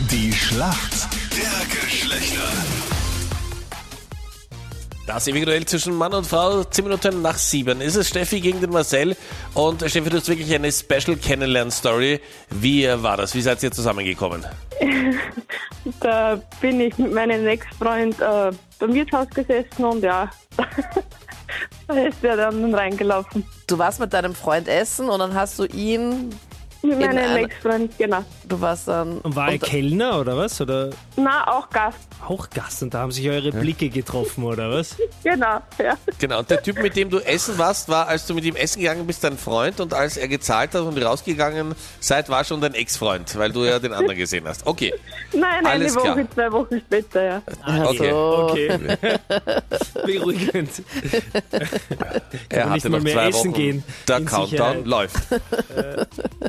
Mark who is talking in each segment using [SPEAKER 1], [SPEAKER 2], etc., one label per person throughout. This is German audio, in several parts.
[SPEAKER 1] Die Schlacht der Geschlechter.
[SPEAKER 2] Das ewige Duell zwischen Mann und Frau, 10 Minuten nach 7. Ist es Steffi gegen den Marcel? Und äh, Steffi, du hast wirklich eine Special Kennenlern-Story. Wie äh, war das? Wie seid ihr zusammengekommen?
[SPEAKER 3] Da bin ich mit meinem Ex-Freund äh, beim Wirtshaus gesessen und ja, da ist er dann reingelaufen.
[SPEAKER 4] Du warst mit deinem Freund essen und dann hast du ihn,
[SPEAKER 3] Mit meinem
[SPEAKER 4] einer-
[SPEAKER 3] Ex-Freund, genau.
[SPEAKER 4] du warst dann.
[SPEAKER 5] Und war er Kellner oder was? Oder
[SPEAKER 3] Na, auch Gast,
[SPEAKER 5] auch Gast und da haben sich eure Blicke getroffen oder was?
[SPEAKER 3] genau, ja.
[SPEAKER 2] Genau, und der Typ, mit dem du essen warst, war, als du mit ihm essen gegangen bist, dein Freund. Und als er gezahlt hat und ihr rausgegangen seid, war schon dein Ex-Freund, weil du ja den anderen gesehen hast. Okay,
[SPEAKER 3] Nein,
[SPEAKER 2] Alles
[SPEAKER 3] eine Woche,
[SPEAKER 2] klar.
[SPEAKER 3] zwei Wochen später, ja.
[SPEAKER 4] also,
[SPEAKER 2] okay.
[SPEAKER 5] Okay. Beruhigend.
[SPEAKER 2] Er
[SPEAKER 5] nicht
[SPEAKER 2] hatte
[SPEAKER 5] mal
[SPEAKER 2] noch
[SPEAKER 5] mehr
[SPEAKER 2] zwei
[SPEAKER 5] essen
[SPEAKER 2] Wochen.
[SPEAKER 5] gehen.
[SPEAKER 2] Der
[SPEAKER 5] In
[SPEAKER 2] Countdown
[SPEAKER 5] Sicherheit.
[SPEAKER 2] läuft.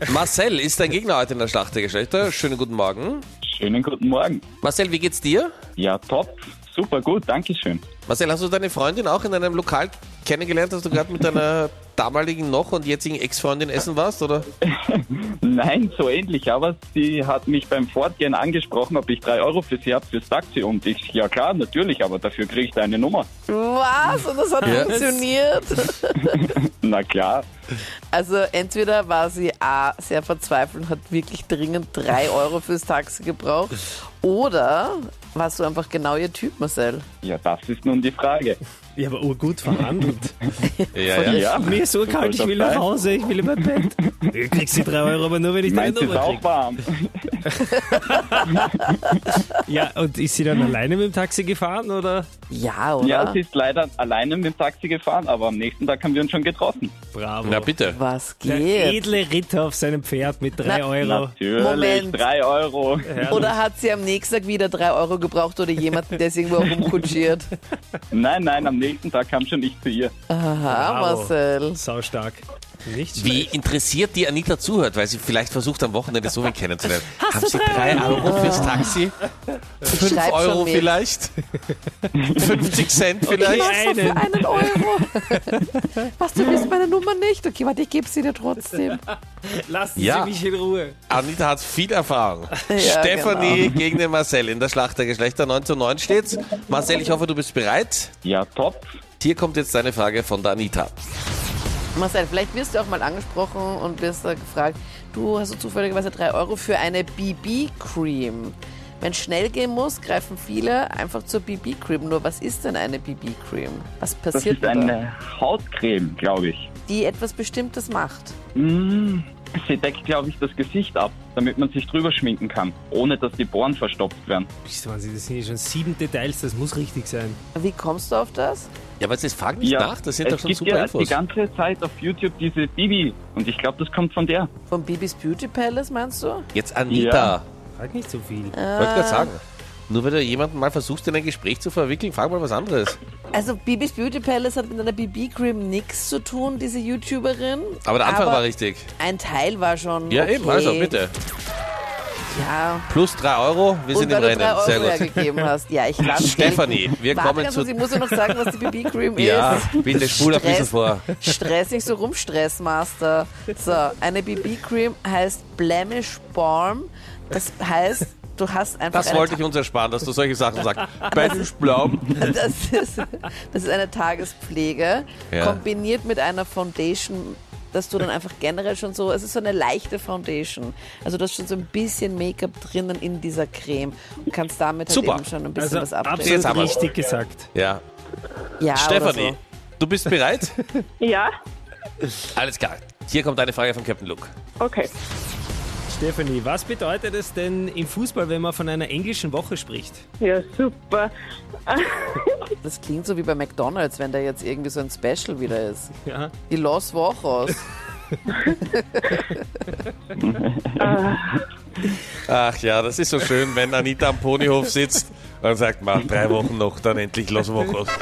[SPEAKER 2] Marcel ist dein Gegner heute in der Schlacht der Geschlechter. Schönen guten Morgen.
[SPEAKER 6] Schönen guten Morgen.
[SPEAKER 2] Marcel, wie geht's dir?
[SPEAKER 6] Ja, top. Super gut, Dankeschön.
[SPEAKER 2] Marcel, hast du deine Freundin auch in einem Lokal kennengelernt, dass du gerade mit deiner damaligen noch und jetzigen Ex-Freundin essen warst, oder?
[SPEAKER 6] Nein, so ähnlich, aber sie hat mich beim Fortgehen angesprochen, ob ich drei Euro für sie habe fürs Taxi. Und ich, ja klar, natürlich, aber dafür kriege ich deine Nummer.
[SPEAKER 4] Was? Und das hat
[SPEAKER 2] Ja.
[SPEAKER 4] funktioniert.
[SPEAKER 6] Na klar,
[SPEAKER 4] Also entweder war sie A sehr verzweifelt und hat wirklich dringend drei Euro fürs Taxi gebraucht. Oder warst du einfach genau ihr Typ, Marcel?
[SPEAKER 6] ja, das ist nun die Frage.
[SPEAKER 5] Ja, aber urgut verhandelt.
[SPEAKER 2] Ja,
[SPEAKER 6] Ja,
[SPEAKER 5] Mir ist so kalt, ich will nach Hause, ich will in mein Bett. Du kriegst die drei Euro, aber nur wenn ich deine
[SPEAKER 6] Meins ist
[SPEAKER 5] Nummer
[SPEAKER 6] auch
[SPEAKER 5] krieg.
[SPEAKER 6] warm.
[SPEAKER 5] Ja, und ist sie dann alleine mit dem Taxi gefahren oder?
[SPEAKER 4] Ja,
[SPEAKER 6] Ja,
[SPEAKER 4] oder?
[SPEAKER 6] sie ist leider alleine mit dem Taxi gefahren, aber am nächsten Tag haben wir uns schon getroffen.
[SPEAKER 5] Bravo.
[SPEAKER 2] Na bitte.
[SPEAKER 4] Was
[SPEAKER 5] Der
[SPEAKER 4] geht?
[SPEAKER 5] edle Ritter auf seinem Pferd mit drei
[SPEAKER 4] Na-
[SPEAKER 5] Euro.
[SPEAKER 6] Natürlich,
[SPEAKER 4] Moment.
[SPEAKER 6] drei Euro.
[SPEAKER 4] Oder hat sie am nächsten Tag wieder drei Euro gebraucht oder jemanden, der sie irgendwo rumkutschiert?
[SPEAKER 6] Nein, nein, am nächsten Tag kam schon ich zu ihr.
[SPEAKER 4] Aha,
[SPEAKER 5] Bravo.
[SPEAKER 4] Ah, Marcel.
[SPEAKER 5] Sau stark. Nicht schlecht.
[SPEAKER 2] Wie interessiert die Anita zuhört, weil sie vielleicht versucht, am Wochenende so wen kennenzulernen. Haben sie drei Euro fürs Taxi? Fünf
[SPEAKER 4] schreib schon
[SPEAKER 2] Euro
[SPEAKER 4] mit.
[SPEAKER 2] vielleicht? 50 Cent vielleicht?
[SPEAKER 5] Okay.
[SPEAKER 4] Was
[SPEAKER 5] Einen.
[SPEAKER 4] für einen Euro? Was, du willst meine Nummer nicht? Okay, warte, ich gebe sie dir trotzdem.
[SPEAKER 5] Lassen
[SPEAKER 2] Ja.
[SPEAKER 5] Sie mich in Ruhe.
[SPEAKER 2] Anita hat viel Erfahrung.
[SPEAKER 4] Ja,
[SPEAKER 2] Stefanie gegen den Marcel in der Schlacht der Geschlechter 9 zu 9 steht's. Marcel, ich hoffe, du bist bereit.
[SPEAKER 6] Ja, top.
[SPEAKER 2] Hier kommt jetzt deine Frage von der Anita.
[SPEAKER 4] Marcel, vielleicht wirst du auch mal angesprochen und wirst da gefragt, du hast du zufälligerweise 3 Euro für eine BB-Cream. Wenn es schnell gehen muss, greifen viele einfach zur BB-Cream. Nur was ist denn eine BB-Cream? Was
[SPEAKER 6] Das
[SPEAKER 4] passiert
[SPEAKER 6] ist
[SPEAKER 4] denn da,
[SPEAKER 6] eine Hautcreme, glaube ich.
[SPEAKER 4] die etwas Bestimmtes macht?
[SPEAKER 6] Mm, Sie deckt, glaube ich, das Gesicht ab, damit man sich drüber schminken kann, ohne dass die Bohren verstopft werden.
[SPEAKER 5] Psst, Wahnsinn, das sind hier schon sieben Details, das muss richtig sein.
[SPEAKER 4] Wie kommst du auf das?
[SPEAKER 2] Ja, aber jetzt frag nicht nach, das sind
[SPEAKER 6] es
[SPEAKER 2] doch schon
[SPEAKER 6] gibt
[SPEAKER 2] super
[SPEAKER 6] ja die
[SPEAKER 2] Infos.
[SPEAKER 6] ganze Zeit auf YouTube diese Bibi und ich glaube, das kommt von der.
[SPEAKER 4] Von Bibis Beauty Palace meinst du?
[SPEAKER 2] Jetzt Anita,
[SPEAKER 5] Frag nicht so viel.
[SPEAKER 2] wollte
[SPEAKER 4] Äh.
[SPEAKER 2] ich gerade sagen. Nur wenn du jemanden mal versuchst, in ein Gespräch zu verwickeln, frag mal was anderes.
[SPEAKER 4] Also Bibis Beauty Palace hat mit einer BB-Cream nichts zu tun, diese YouTuberin.
[SPEAKER 2] Aber der Anfang war richtig.
[SPEAKER 4] Ein Teil war schon.
[SPEAKER 2] Ja,
[SPEAKER 4] okay.
[SPEAKER 2] eben, also bitte.
[SPEAKER 4] Ja,
[SPEAKER 2] Plus 3 Euro, wir sind
[SPEAKER 4] und
[SPEAKER 2] im
[SPEAKER 4] weil du drei
[SPEAKER 2] Rennen.
[SPEAKER 4] Euro
[SPEAKER 2] Sehr gut.
[SPEAKER 4] hergegeben hast. Ja, ich lasse
[SPEAKER 2] Stefanie, wir
[SPEAKER 4] Warte
[SPEAKER 2] kommen
[SPEAKER 4] ganz
[SPEAKER 2] zu.
[SPEAKER 4] kurz, ich muss ja noch sagen, was die BB-Cream
[SPEAKER 2] Ja,
[SPEAKER 4] ist.
[SPEAKER 2] bitte spul ein bisschen
[SPEAKER 4] Stress.
[SPEAKER 2] vor.
[SPEAKER 4] Stress nicht so rum, Stressmaster. So, eine BB-Cream heißt Blemish Balm. Das heißt, du hast einfach.
[SPEAKER 2] Das
[SPEAKER 4] eine
[SPEAKER 2] wollte ich uns ersparen, dass du solche Sachen sagst. Blau.
[SPEAKER 4] das ist, das ist eine Tagespflege,
[SPEAKER 2] Ja.
[SPEAKER 4] kombiniert mit einer Foundation, dass du dann einfach generell schon so, es ist so eine leichte Foundation. Also du hast schon so ein bisschen Make-up drinnen in dieser Creme und kannst damit halt
[SPEAKER 2] Super.
[SPEAKER 4] eben schon ein bisschen was abdecken.
[SPEAKER 2] Jetzt haben
[SPEAKER 5] Also absolut
[SPEAKER 2] wir's.
[SPEAKER 5] richtig gesagt.
[SPEAKER 2] Ja.
[SPEAKER 4] Ja,
[SPEAKER 2] Stefanie,
[SPEAKER 4] Oder
[SPEAKER 2] du bist bereit?
[SPEAKER 3] Ja,
[SPEAKER 2] Alles klar. Hier kommt eine Frage von Captain Luke.
[SPEAKER 3] okay.
[SPEAKER 5] Stephanie, was bedeutet es denn im Fußball, wenn man von einer englischen Woche spricht?
[SPEAKER 3] Ja, super.
[SPEAKER 4] so. Das klingt so wie bei McDonalds, wenn da jetzt irgendwie so ein Special wieder ist.
[SPEAKER 5] Ja.
[SPEAKER 4] Die Los Wochos.
[SPEAKER 2] Ach ja, das ist so schön, wenn Anita am Ponyhof sitzt und sagt, mach drei Wochen noch, dann endlich Los Wochos.
[SPEAKER 3] Ja,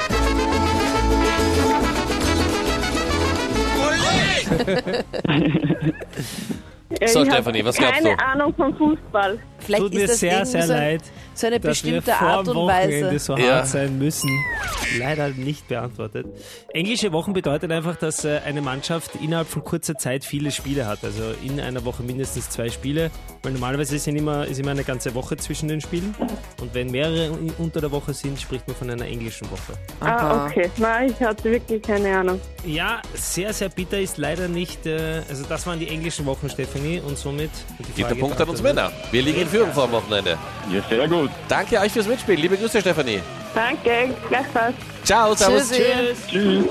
[SPEAKER 2] So,
[SPEAKER 3] ich hab
[SPEAKER 2] Stefanie, was glaubst
[SPEAKER 3] Keine
[SPEAKER 2] du?
[SPEAKER 3] Ahnung vom Fußball.
[SPEAKER 4] Vielleicht
[SPEAKER 5] Tut
[SPEAKER 4] ist
[SPEAKER 5] mir
[SPEAKER 4] das
[SPEAKER 5] sehr,
[SPEAKER 4] irgendwie
[SPEAKER 5] sehr
[SPEAKER 4] so, ein-
[SPEAKER 5] leid,
[SPEAKER 4] so eine
[SPEAKER 5] dass wir
[SPEAKER 4] bestimmte
[SPEAKER 5] vor
[SPEAKER 4] Art
[SPEAKER 5] dem
[SPEAKER 4] und
[SPEAKER 5] Wochenende
[SPEAKER 4] Weise.
[SPEAKER 5] so hart
[SPEAKER 2] Ja.
[SPEAKER 5] sein müssen. Leider nicht beantwortet. Englische Wochen bedeutet einfach, dass äh, eine Mannschaft innerhalb von kurzer Zeit viele Spiele hat. Also in einer Woche mindestens zwei Spiele. Weil normalerweise sind immer, ist immer eine ganze Woche zwischen den Spielen. Und wenn mehrere in- unter der Woche sind, spricht man von einer englischen Woche.
[SPEAKER 4] Aha.
[SPEAKER 3] Ah, okay. Nein, ich hatte wirklich keine Ahnung.
[SPEAKER 5] Ja, sehr, sehr bitter ist leider nicht. Äh, also das waren die englischen Wochen, Stefanie. Und somit... und die
[SPEAKER 2] Geht der
[SPEAKER 5] Frage
[SPEAKER 2] Punkt an uns
[SPEAKER 5] beantwortet.
[SPEAKER 2] Männer. Wir liegen in Führung vor dem Wochenende.
[SPEAKER 6] Ja, sehr gut.
[SPEAKER 2] Danke euch fürs Mitspielen. Liebe Grüße, Stefanie.
[SPEAKER 3] Danke, gleichfalls.
[SPEAKER 2] Ciao, servus.
[SPEAKER 4] Tschüssi.
[SPEAKER 5] Tschüss.
[SPEAKER 6] Tschüss.